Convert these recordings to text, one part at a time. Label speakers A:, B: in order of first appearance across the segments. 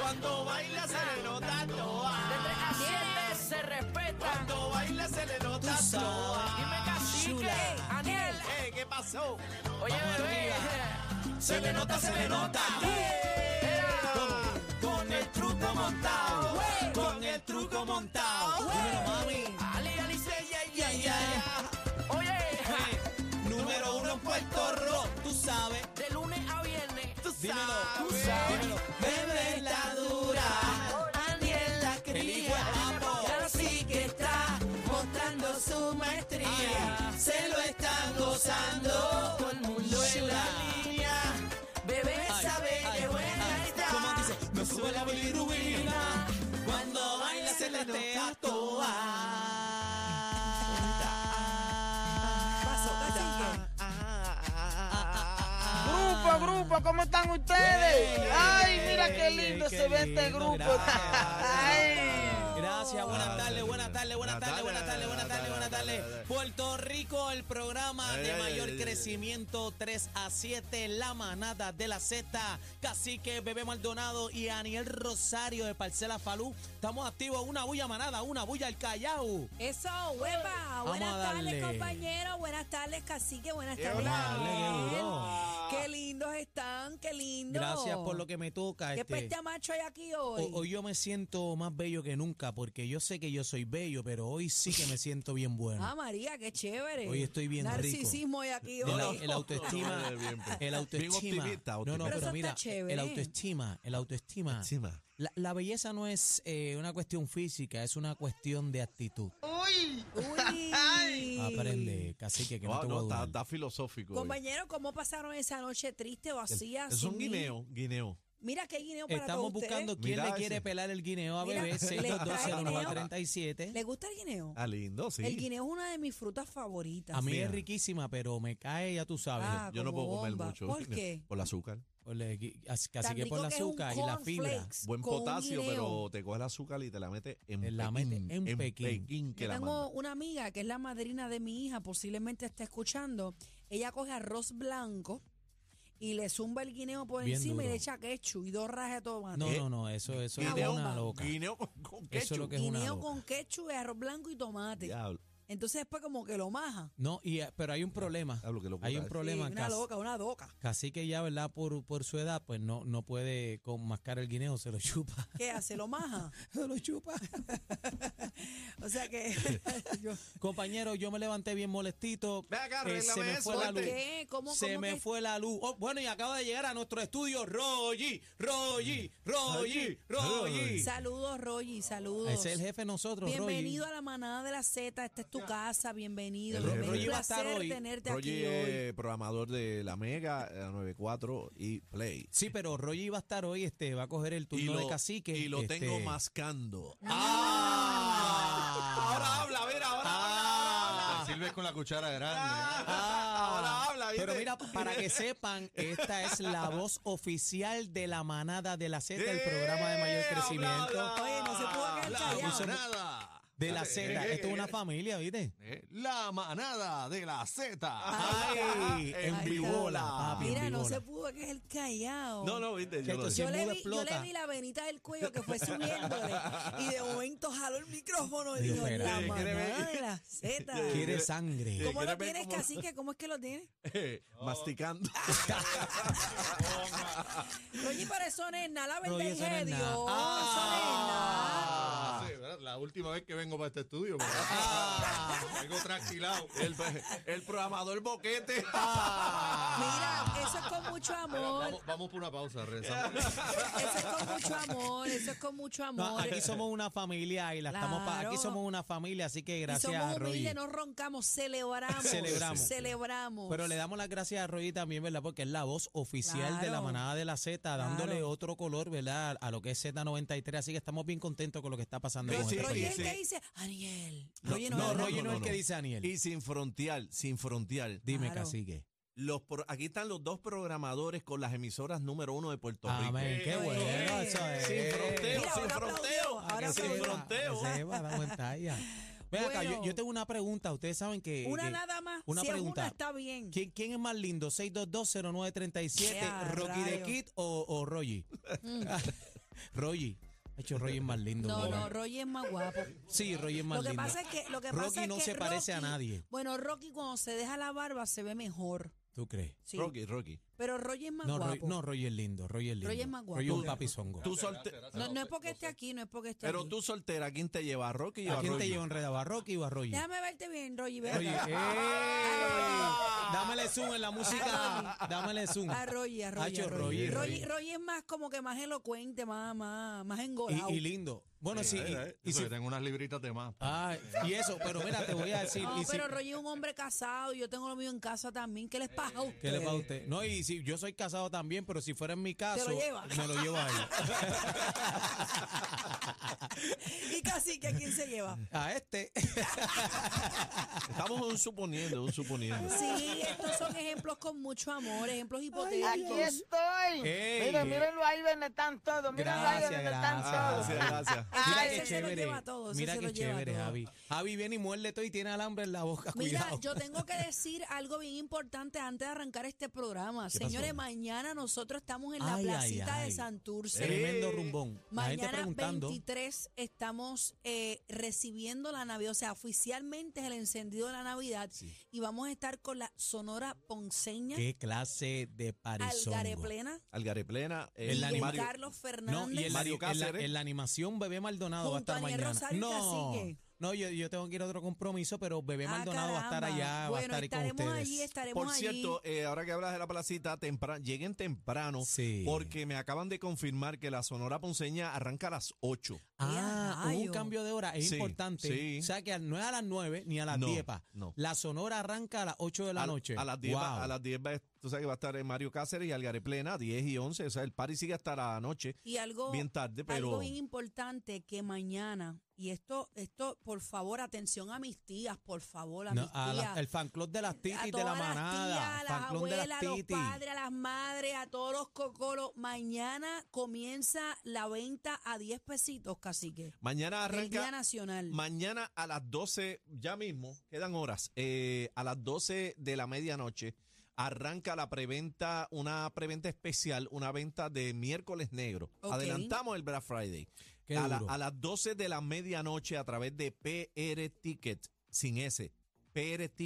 A: Cuando baila se le nota
B: De 3
A: toa.
B: a 7 se respetan.
A: ah. Cuando baila se le nota
C: Tú
A: toa.
B: Dime cacique,
C: Chula.
B: Aniel.
A: ah. Eh, ¿qué pasó?
B: Oye, bebé.
A: Se le nota, se le nota. Con, con el truco montado. Con el truco montado. Número mami.
B: Ali, Ali, se-
A: Ya, ya, ya.
B: Oye,
A: Número uno en Puerto Rico. Tú sabes.
B: de lunes a viernes.
A: Tú
C: Dímelo, tú
A: sabes.
C: sabes.
A: Dímelo. Bebé es la dura. Aniel la cría. Ya sí que está mostrando su maestría. Se lo están gozando. Todo el mundo en la línea.
B: Bebé,
A: Ay,
B: esa bella
A: ay,
B: y buena
A: ay.
B: está.
A: Como dice, me sube la bilirrubina Ah, cuando baila se le nota toa.
D: Grupo, grupo, ¿cómo están ustedes?
A: Bien.
D: Ay, mira qué lindo
C: Qué
D: se ve este
C: lindo,
D: grupo.
C: gracias.
D: Ay.
A: Gracias, buenas
C: Gracias,
A: tardes, buenas tardes, buenas
C: Buenas
A: tardes, buenas tardes, buenas
C: tardes,
A: tardes, buenas
C: buenas tardes,
A: tardes.
C: buenas tardes.
A: Puerto Rico, el programa
C: Ay,
A: de
C: ay,
A: mayor
C: ay, ay,
A: crecimiento, 3 a 7, la manada de la Z, Cacique, Bebé Maldonado y Aniel Rosario de Parcela Falú. Estamos activos, una bulla manada, una bulla al Callao.
E: Eso, hueva. Buenas
A: a darle.
E: tardes, compañeros. Buenas tardes, cacique. Buenas tardes.
A: hola.
E: Daniel.
A: Qué duro.
E: Qué lindos están, qué lindos.
A: Gracias por lo que me toca.
E: Qué
A: este.
E: peste a macho hay aquí
A: O-
E: hoy.
A: Hoy yo me siento más bello que nunca, porque yo sé que yo soy bello, pero hoy sí que me siento bien
E: Ah,
A: bueno.
E: María, qué chévere.
A: Hoy estoy bien rico.
E: Narcisismo hay aquí
A: El, au-
E: hoy.
A: el autoestima,
C: Bien, bien, bien.
A: el
C: Bien
A: autoestima.
C: optimista,
A: No, no,
C: optimista.
E: Pero eso
A: pero
E: está
A: mira,
E: chévere.
A: el autoestima, el autoestima.
C: Encima.
A: La, la belleza no es eh, una cuestión física, es una cuestión de actitud.
E: Uy.
A: Aprende, cacique, que no
C: Ah,
A: te
C: no,
A: voy a
C: está,
A: dudar.
C: está filosófico. hoy.
E: Compañero, ¿cómo pasaron esa noche triste, vacía?
C: Es un
E: sin mí?
C: guineo, guineo.
E: Mira qué guineo para
A: Estamos
E: todos ustedes.
A: buscando quién
C: Mira
A: le
C: ese.
A: quiere pelar el guineo a
E: Mira,
A: bebé,
E: le trae ¿Le
A: 6220937.
E: gusta el guineo?
C: Ah, lindo, sí.
E: El guineo es una de mis frutas favoritas.
A: A mí
C: Mira.
A: es riquísima, pero me cae, ya tú sabes.
E: Ah,
C: Yo no
E: como
C: puedo comer
E: bomba.
C: mucho.
E: ¿Por
C: guineo.
E: qué?
C: Por el azúcar.
A: Por la- eh, as- Casi
E: Tan
A: que por el
E: rico que es un
A: azúcar y la fibra.
E: cornflakes
C: Buen
E: con un
C: potasio,
E: guineo.
C: pero te coge el azúcar y te la mete en
A: Te
C: Pekín.
A: la mete en Pekín.
C: que
E: Yo
C: la
E: tengo
C: manda.
E: una amiga que es la madrina de mi hija, posiblemente está escuchando. Ella coge arroz blanco y le zumba el guineo por
A: Bien
E: encima y
A: duro.
E: le echa ketchup y dos rajas de tomate.
A: No,
C: ¿Qué?
A: no, no, eso, eso es
E: Guineo.
A: una loca.
C: Guineo con, con
A: Eso es lo
C: ketchup.
A: que es una
E: guineo
A: loca.
E: con ketchup y arroz blanco y tomate.
C: Diablo.
E: Entonces después como que lo maja.
A: No, y, eh, pero hay un problema.
C: Diablo, qué locura
A: Hay un
C: es.
A: problema.
E: Sí, una
A: casi-
E: loca, una loca.
A: Casi que ya, ¿verdad? Por, por su edad, pues no, no puede con mascar el guineo, se lo chupa.
E: ¿Qué hace? Lo maja.
A: Se lo chupa.
E: O sea que yo-
A: Compañero, yo me levanté bien molestito. Eh,
C: Ve acá,
A: se me
C: arréglame
A: fue
C: eso,
A: la
E: ¿Por
A: luz.
E: qué? ¿Cómo,
A: se
E: cómo
A: me
E: que-
A: fue la luz. Oh, bueno, y acaba de llegar a nuestro estudio Rogi, Rogi, Rogi, Rogi.
E: Saludos, Rogi, saludos.
A: Ese es el jefe de nosotros, Rogi.
E: Bienvenido a la manada de la Z, esta es tu casa, bienvenido.
C: El
E: Es
C: Rogi
E: un
A: va a estar
E: placer
A: hoy.
E: tenerte aquí hoy.
A: eh,
C: Roger, programador de la Mega, la 94 y Play.
A: Sí, pero Rogi va a estar hoy, este, va a coger el turno de cacique.
C: y lo
A: este,
C: tengo mascando.
A: ¡Ah!
C: Ahora habla, mira, ahora
A: Ah.
C: habla. Sirves con la cuchara grande. ¿eh?
A: Ah,
C: Ahora habla, ¿viste?
A: Pero mira, para que sepan, esta es la voz oficial de la manada de la Z, el programa de mayor
C: ¡Eh!
A: crecimiento.
C: Habla, habla.
E: Oye, no se pudo quedar
C: Habla,
E: callado.
C: no hizo nada.
A: De la
C: Eh,
A: Z.
C: eh,
A: Esto es una
C: eh,
A: familia, ¿viste?
C: eh, La manada de la Z.
A: ¡Ay!
C: en
A: En
E: Ahí
A: vivola,
E: está.
A: papi,
E: Mira,
A: en
E: no se
A: vivola.
E: pudo que es el callado.
C: No, no, viste, yo
A: Chacho,
C: lo
A: sí.
E: Yo
A: el
E: le,
A: mudo
E: vi, yo le
A: explota.
E: vi la venita del cuello que fue subiéndole y de momento jaló el micrófono y
A: Digo,
E: dijo, la
A: espera.
C: Quiere
E: manada
C: ver-
E: de la Z.
A: Quiere sangre.
E: ¿Cómo
C: quiere
E: lo
C: ver
E: tienes,
C: cómo-
E: cacique? ¿Cómo es que lo tienes?
C: Eh,
F: Oh.
C: masticando.
E: Rogi, pero eso no es nada, la verdad
A: Rogi,
E: es
A: eso no es
E: Dios.
A: nada.
E: Eso no es nada.
A: Ah.
F: Sí, ¿verdad? La última vez que vengo para este estudio. porque Vengo tranquilado.
C: Ah. El, el programador boquete.
A: Ah.
E: Mira, eso es con mucho amor.
F: Ah. Vamos, vamos por una pausa, regresamos.
E: Eso es con mucho amor, eso es con mucho amor.
A: No, aquí somos una familia y la estamos pa-
E: Claro.
A: Aquí somos una familia, así que
E: y
A: gracias a
E: somos
A: Roy.
E: humildes, no roncamos, celebramos.
A: Celebramos.
E: Celebramos.
A: Pero le damos las gracias a Roy también, ¿verdad? Porque es la voz oficial de la
E: Claro.
A: manada de la Z, dándole
E: Claro.
A: otro color, ¿verdad? A lo que es Z93. Así que estamos bien contentos con lo que está pasando.
C: Sí,
A: con
C: sí,
A: este
C: sí,
E: Roger
A: país.
E: es el
C: sí.
E: que dice, Ariel.
C: No,
E: Roger
A: No,
E: no,
C: no,
E: es
A: Roy no,
C: no,
A: es el
C: no.
A: que dice Daniel.
C: Y sin frontear, sin frontear.
A: Dime,
E: Claro.
A: cacique.
C: Los pro- aquí están los dos programadores con las emisoras número uno de Puerto Rico.
A: Amén, qué
E: Eh,
A: bueno.
E: eh,
A: Eso es.
C: Sin
E: Mira,
C: fronteo, sin
E: ahora
C: fronteo.
E: aplaudió, ahora
C: sin
E: aplaudió.
C: fronteo.
A: Que sepa, estamos en talla. Ven acá, yo,
E: Bueno.
A: yo tengo una pregunta. Ustedes saben que.
E: Una
G: Eh,
A: que-
E: nada más.
A: Una
E: si
A: pregunta.
E: es una, está bien.
A: ¿Quién, quién es más lindo? 6220937,
E: Ya,
A: Rocky de
E: rayos.
A: Kid o, o Rogi?
G: Rogi. Ha hecho Rogi es más lindo.
E: No,
G: mano.
E: no, Rocky es más guapo.
G: Sí, Rogi es más
E: Lo que
G: lindo.
E: pasa es que lo que
G: Rocky
E: pasa es
G: no
E: que
G: se parece a
E: Rocky-
G: nadie.
E: Bueno, Rocky cuando se deja la barba se ve mejor.
G: ¿Tú crees?
E: Sí.
A: Rocky, Rocky.
E: Pero Roy es más
G: No, Roy,
E: guapo.
G: no, Roy es lindo, Roy es lindo.
E: Roy es más guapo.
G: Roy es un papizongo.
A: Tú solte-
E: No, no es porque esté aquí, no es porque esté
A: pero
E: aquí.
A: tú soltera, ¿a quién te lleva? ¿A Rocky o a,
G: ¿A quién te
A: Rocky?
G: lleva enredado? ¿A Rocky o a Roy?
E: Déjame verte bien, Roy. Ven
G: Roy,
E: acá.
G: ¡ey! Dámele zoom en la música. Dámele zoom.
E: A Roy, a Roy, a
G: Hacho,
E: Roy.
G: Roy,
E: Roy-
G: Roy.
E: Roy es más como que más elocuente, más, más, más engolado.
G: Y, y lindo. Bueno, sí.
F: Eh, eh,
G: Y, y
F: eso
G: si-
F: que tengo unas libritas de más.
G: ah, y eso, pero mira, te voy a decir.
E: no,
G: y si-
E: pero Roy es un hombre casado y yo tengo lo mío en casa también. ¿Qué les pasa a ustedes?
G: Eh, ¿Qué le pasa a usted? No, y si yo soy casado también, pero si fuera en mi caso,
E: lleva?
G: me lo llevo a él.
E: Y casi que a quién se lleva.
G: A este.
A: Estamos un suponiendo, un suponiendo.
E: Sí, estos son ejemplos con mucho amor, ejemplos
D: Aquí
E: hipotéticos.
D: estoy.
G: Ey.
D: Miren, mírenlo ahí donde están todos. Mírenlo ahí donde
G: Gracias,
D: están
G: gracias.
D: todos.
A: Gracias, gracias.
E: Ah,
G: Mira
E: ese
G: qué
E: se lo
G: chévere.
E: lleva todo, ese
G: Mira
E: se
G: qué
E: lo lleva
G: chévere,
E: todo.
G: Javi. Javi viene y muerde todo y tiene alambre en la boca.
E: Mira,
G: Cuidado.
E: yo tengo que decir algo bien importante antes de arrancar este programa.
G: pasó?
E: Señores, mañana nosotros estamos en la
G: Ay, ay,
E: placita de
G: ay.
E: Santurce.
G: Tremendo rumbón. La gente
E: Mañana
G: preguntando.
E: 23 estamos eh, recibiendo la Navidad, o sea, oficialmente es el encendido de la Navidad y vamos a estar con la Sonora Ponceña,
G: ¿Qué clase de parizongo?
E: Algareplena,
A: Algareplena, eh,
G: El
E: y
G: animal-
A: Mario,
E: Carlos Fernández.
G: No, y en la,
A: Mario
G: en la-
A: Cáceres.
G: en la animación Bebé Maldonado
E: Junto a
G: va a estar
E: Aniel
G: mañana.
E: Rosario y
G: no,
E: Cacique.
G: no yo, yo tengo que ir a otro compromiso, pero Bebé
E: Ah,
G: Maldonado va a estar
E: caramba.
G: allá, va a
E: Bueno,
G: estar ahí con
E: estaremos
G: ustedes.
E: allí, estaremos
A: Por cierto,
E: allí.
A: eh, ahora que hablas de la placita, tempra- lleguen temprano
G: Sí.
A: porque me acaban de confirmar que la Sonora Ponceña arranca a las 8.
G: Ah,
E: ¡Ea,
G: hubo
E: rayo!
G: un cambio de hora, es
A: Sí,
G: importante.
A: sí.
G: O sea que no es a las 9 ni a las
A: No,
G: 10. pa.
A: no.
G: La Sonora arranca a las 8 de la
A: a,
G: noche.
A: A las 10, va-
G: Wow.
A: a las 10 va, tú sabes que va a estar eh, Mario Cáceres y Algareplena, 10 y 11. O sea, el party sigue hasta la noche,
E: Y algo,
A: bien tarde, pero...
E: Oh, Algo bien importante que mañana, y esto, esto, por favor, atención a mis tías, por favor, a
G: No,
E: mis
G: a la-
E: tías.
G: el fan club de las titis, de la
E: todas las
G: manada.
E: tías, a
G: fan
E: las
G: club de
E: abuelas,
G: las
E: a los
G: titis.
E: padres, a las madres, a todos los cocolos. Mañana comienza la venta a 10 pesitos, cacique.
A: Mañana
E: El Día
A: arranca...
E: Nacional.
A: Mañana a las 12, ya mismo, quedan horas, eh, a las 12 de la medianoche arranca la preventa, una preventa especial, una venta de miércoles negro.
E: Ok.
A: Adelantamos el Black Friday.
G: Qué
A: a, la-
G: duro.
A: a las 12 de la medianoche a través de PR Ticket, sin S,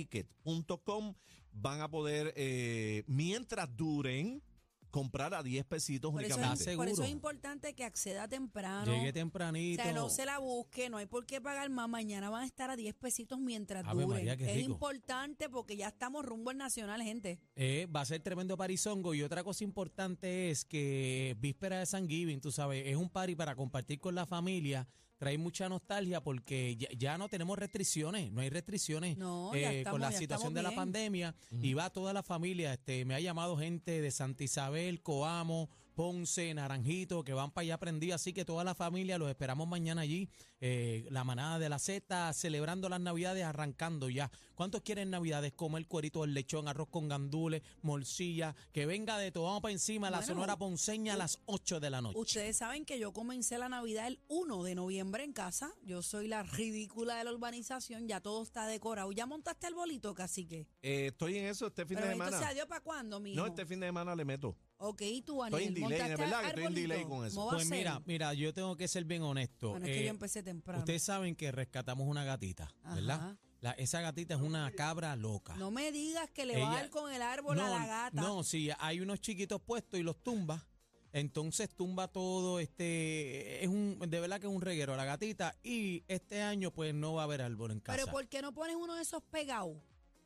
A: prticket.com, van a poder, eh, mientras duren, comprar a 10 pesitos
E: por, eso es,
A: únicamente.
G: Está
E: por eso
G: seguro.
E: es importante que acceda temprano.
G: Llegué
E: o
G: tempranito.
E: sea, no se la busque, no hay por qué pagar más. Mañana van a estar a 10 pesitos mientras
G: Ave
E: duren.
G: María, qué
E: es
G: rico.
E: importante porque ya estamos rumbo al nacional, gente.
G: Eh, va a ser tremendo parizongo. Y otra cosa importante es que víspera de San Giving, tú sabes, es un party para compartir con la familia. Trae mucha nostalgia porque ya, ya no tenemos restricciones, no hay restricciones eh,
E: No, ya estamos-
G: con la
E: ya
G: situación
E: estamos
G: de la
E: bien.
G: pandemia y va toda la familia. Este, me ha llamado gente de Santa Isabel, Coamo, Ponce, Naranjito, que van para allá prendido. Así que toda la familia los esperamos mañana allí. Eh, la manada de la Z celebrando las Navidades, arrancando ya. ¿Cuántos quieren Navidades? Comer cuerito, el lechón, arroz con gandules, morcilla, que venga de todo. Vamos para encima, la
E: Bueno,
G: Sonora Ponceña a las 8 de la noche.
E: Ustedes saben que yo comencé la Navidad el 1 de noviembre en casa. Yo soy la ridícula de la urbanización, ya todo está decorado. ¿Ya montaste el bolito, cacique?
A: Eh, estoy en eso este fin
E: Pero
A: de
E: entonces,
A: semana.
E: ¿adiós para cuándo, mijo?
A: No, este fin de semana le meto.
E: Ok, ¿y tú, Aniel?
A: Estoy en delay,
E: ¿Montaste
A: de verdad que estoy en delay
E: arbolito?
A: con eso.
E: ¿Cómo va a
G: Pues
E: ser?
G: mira, mira, yo tengo que ser bien honesto.
E: Bueno, es que
G: Eh,
E: yo empecé temprano.
G: Ustedes saben que rescatamos una gatita, ¿verdad?
E: Ajá.
G: La- esa gatita es una cabra loca.
E: No me digas que le va a
G: Ella-
E: dar con el árbol a la gata.
G: No, sí, hay unos chiquitos puestos y los tumba. Entonces tumba todo, este, es un, de verdad que es un reguero la gatita y este año pues no va a haber árbol en casa. Ah,
E: Pero ¿por qué no pones uno de esos pegados?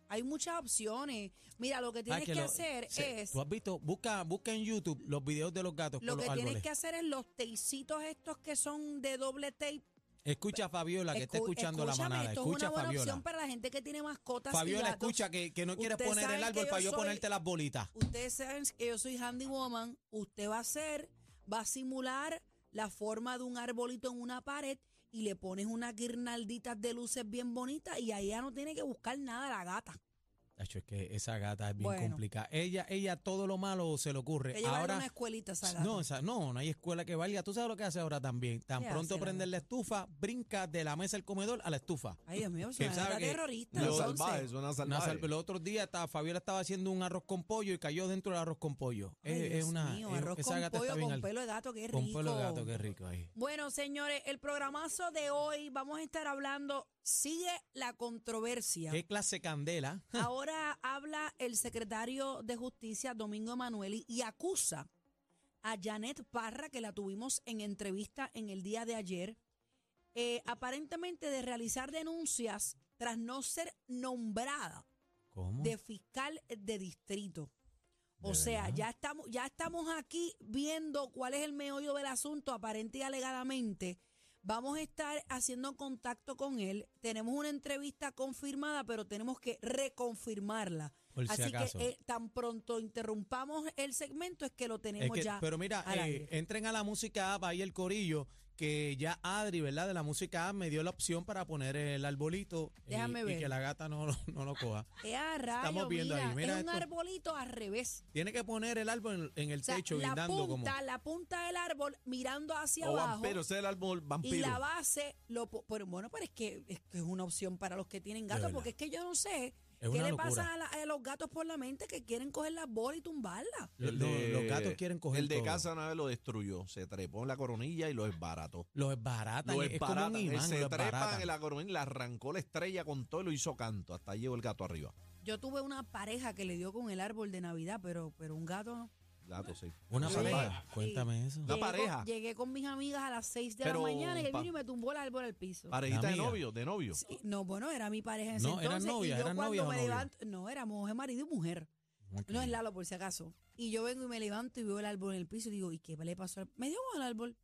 E: Hay muchas opciones. Mira, lo que
G: Ah,
E: tienes que,
G: lo-
E: hacer
G: se-
E: es...
G: Tú has visto, busca, busca en YouTube los videos de los gatos
E: Lo
G: con
E: que
G: los
E: tienes
G: árboles.
E: que hacer es los teicitos estos que son de doble tape.
G: Escucha a Fabiola que está
E: Escu-
G: escuchando la
E: escúchame,
G: manada,
E: esto
G: escucha
E: es una
G: a
E: buena
G: Fabiola.
E: opción para la gente que tiene mascotas y
G: Fabiola,
E: gatos.
G: escucha que, que no quieres
E: Ustedes
G: poner
E: saben
G: el
E: que
G: árbol
E: yo
G: para yo
E: soy-
G: ponerte las bolitas.
E: Ustedes saben que yo soy handywoman. Usted va a hacer, va a simular la forma de un arbolito en una pared y le pones unas guirnalditas de luces bien bonitas y ahí ya no tiene que buscar nada la gata.
G: Tacho, es que esa gata es bien
E: Bueno.
G: complicada. Ella, ella todo lo malo se le ocurre.
E: Ella va a
G: ahora
E: una escuelita esa gata.
G: No, esa- no, no hay escuela que valga. Tú sabes lo que hace ahora también. Tan
E: ¿Qué
G: pronto
E: hace la
G: prende la
E: gata?
G: estufa, brinca de la mesa del comedor a la estufa.
E: Ay, Dios mío, es
G: Que
E: una
G: sabe
E: gata
G: que
E: terrorista.
A: Lo
E: entonces.
A: salvaje, suena
G: Una
A: salvaje.
G: sal- el otro día estaba, Fabiola estaba haciendo un arroz con pollo y cayó dentro del arroz con pollo.
E: Ay,
G: es, es
E: Dios
G: una
E: mío,
G: es-
E: arroz
G: esa
E: con
G: gata
E: pollo
G: está bien
E: con
G: al-
E: pelo de gato, qué rico.
G: con pelo de gato, qué rico ahí.
E: Bueno, señores, el programazo de hoy vamos a estar hablando, sigue la controversia.
G: Qué clase candela.
E: Ahora habla el secretario de Justicia, Domingo Emanueli, y acusa a Janet Parra, que la tuvimos en entrevista en el día de ayer, eh, aparentemente de realizar denuncias tras no ser nombrada
G: ¿Cómo?
E: de fiscal de distrito. O
G: ¿De
E: sea,
G: verdad?
E: ya estamos, ya estamos aquí viendo cuál es el meollo del asunto, aparente y alegadamente. Vamos a estar haciendo contacto con él. Tenemos una entrevista confirmada, pero tenemos que reconfirmarla.
G: Por si
E: Así
G: acaso.
E: que eh, tan pronto interrumpamos el segmento es que lo
G: Es
E: tenemos
G: que-
E: ya.
G: pero mira,
E: al
G: eh,
E: aire.
G: entren a la música app ahí el corillo, que ya Adri, ¿verdad? De la música app me dio la opción para poner el arbolito y-
E: Déjame
G: y,
E: ver.
G: que la gata no, lo- no lo coja.
E: Eh, a rayo,
G: viendo
E: mira,
G: ahí, mira
E: es un
G: esto.
E: arbolito al revés.
G: Tiene que poner el árbol en, en el
E: O sea,
G: techo
E: la
G: guindando
E: punta,
G: como.
E: la punta del árbol mirando hacia
A: O
E: abajo.
A: vampiro, Oh, ese es el árbol vampiro.
E: Y la base, lo, po- pero bueno, pero es que, es que es una opción para los que tienen gatos,
G: verdad.
E: porque es que yo no sé qué
G: Es una
E: le
G: locura.
E: pasa a, la- a los gatos por la mente que quieren coger las bolas y tumbarlas.
G: Lo-
A: El
G: lo-
A: de-
G: los gatos quieren coger
A: El de
G: todo.
A: casa una vez lo destruyó. Se trepó en la coronilla y lo esbarató.
G: Lo esbaratan,
A: Lo
G: es como
A: esbaratan.
G: un
A: él
G: imán,
A: se
G: lo
A: trepa
G: esbaratan.
A: en la coronilla, le arrancó la estrella con todo y lo hizo canto. Hasta ahí llegó el gato arriba.
E: Yo tuve una pareja que le dio con el árbol de Navidad, pero, pero un gato no.
A: Gato, sí.
G: Una
A: Sí.
G: pareja,
E: Sí.
G: cuéntame eso.
A: Una
E: Llegué con-
A: pareja.
E: llegué con mis amigas a las 6 de
A: Pero,
E: la mañana y él
A: pa-
E: vino y me tumbó el árbol al piso.
A: Parejita de
G: amiga.
A: novio, de novio.
E: Sí, No, bueno, era mi pareja en ese
G: No, eran
E: entonces.
G: novias,
E: y yo
G: eran
E: cuando
G: novias o
E: me
G: novios.
E: levanto, no, éramos es marido y mujer.
G: Ok.
E: No es Lalo, por si acaso. Y yo vengo y me levanto y veo el árbol en el piso y digo, ¿y qué le pasó? al- Me dio con el árbol.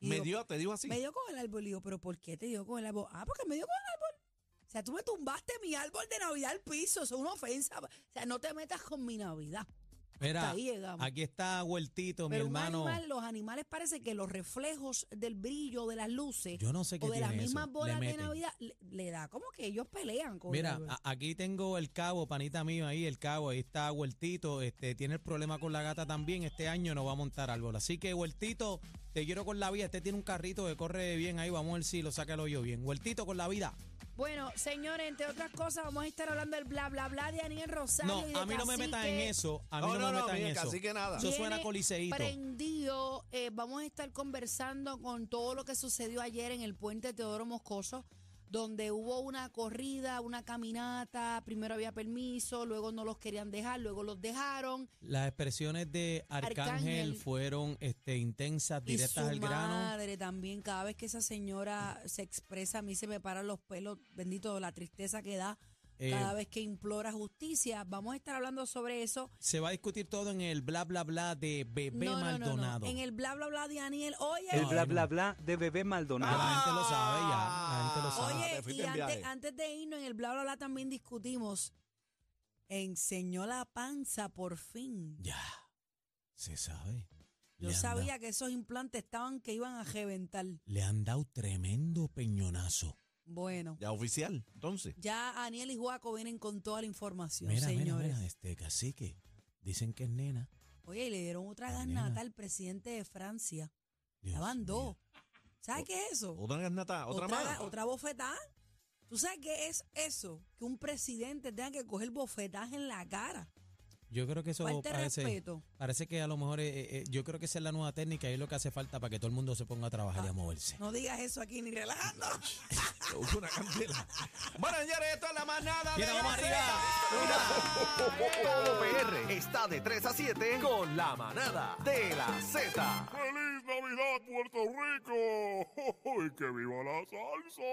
E: Y
A: Me
E: digo,
A: dio, te digo así.
E: Me dio con el árbol. Y digo, ¿pero por qué te dio con el árbol? Ah, porque me dio con el árbol. O sea, tú me tumbaste mi árbol de Navidad al piso. Eso es una ofensa. O sea, no te metas con mi Navidad. Hasta
G: Mira,
E: ahí llegamos.
G: aquí está Huertito, mi
E: Pero un
G: hermano.
E: animal, los animales parece que los reflejos del brillo de las luces
G: Yo no sé qué
E: o de las
G: tiene eso,
E: mismas
G: le
E: bolas de
G: meten.
E: Navidad le, le da como que ellos pelean con el
G: Mira, ah.
E: árbol.
G: a- aquí tengo el cabo, panita mío ahí, el cabo, ahí está Huertito, este, tiene el problema con la gata también, este año no va a montar árbol. Así que Huertito, te quiero con la vida, este tiene un carrito que corre bien ahí, vamos a ver si lo saca el hoyo bien. Huertito con la vida.
E: Bueno, señores, entre otras cosas, vamos a estar hablando del bla bla bla de Aniel Rosario.
G: No,
E: y de
G: a mí no me
E: Cacique.
G: metan en eso, a mí
A: no,
G: no,
A: no,
G: me
A: no,
G: metan en
A: mira,
G: eso.
A: así que nada.
G: Eso
E: Viene
G: suena a coliseíto.
E: Prendido, eh, vamos a estar conversando con todo lo que sucedió ayer en el puente Teodoro Moscoso, donde hubo una corrida, una caminata, primero había permiso, luego no los querían dejar, luego los dejaron.
G: Las expresiones de Arcángel,
E: Arcángel.
G: fueron este, intensas,
E: Y su
G: directas al grano.
E: madre también, cada vez que esa señora se expresa, a mí se me paran los pelos, bendito la tristeza que da.
G: Eh,
E: Cada vez que implora justicia, vamos a estar hablando sobre eso.
G: Se va a discutir todo en el bla bla bla de Bebé Maldonado.
E: En el bla bla bla de Aniel. Oye,
H: El
G: No,
H: bla
G: no.
H: bla bla de bebé
G: Pero
H: Maldonado.
G: la gente lo sabe ya, la gente lo sabe.
A: Ah. te
E: oye,
A: fuiste
E: y
A: en
E: antes,
A: viaje.
E: antes de irnos en el bla bla bla también discutimos. Enseñó la panza por fin.
G: Ya, se sabe.
E: Yo
G: Le han
E: sabía
G: dado-
E: que esos implantes estaban que iban a reventar.
G: le han dado tremendo peñonazo.
E: Bueno,
A: Ya oficial, entonces.
E: ya Aniel y Juaco vienen con toda la información,
G: Mira, mira,
E: señores.
G: mira, este cacique. Dicen que es nena.
E: Oye, y le dieron otra
G: La
E: ganata
G: nena.
E: al presidente de Francia.
G: Dios
E: Estaban dos.
G: mío.
E: ¿Sabes qué es eso?
A: Otra garnata, otra, más.
E: ga- otra bofetada. ¿Tú sabes qué es eso? Que un presidente tenga que coger bofetadas en la cara.
G: Yo creo que eso
E: Falta de
G: parece,
E: respeto.
G: parece que a lo mejor, eh, eh, yo creo que esa es la nueva técnica y es lo que hace falta para que todo el mundo se ponga a trabajar y a moverse.
E: No digas eso aquí ni relajando.
A: Una candela. bueno, señores, esto es la manada
G: Mira,
A: de
G: vamos
A: la
G: arriba.
I: Todo PR está de 3 a 7 con la manada de la Z.
J: ¡Feliz Navidad, Puerto Rico! ¡Y que viva la salsa!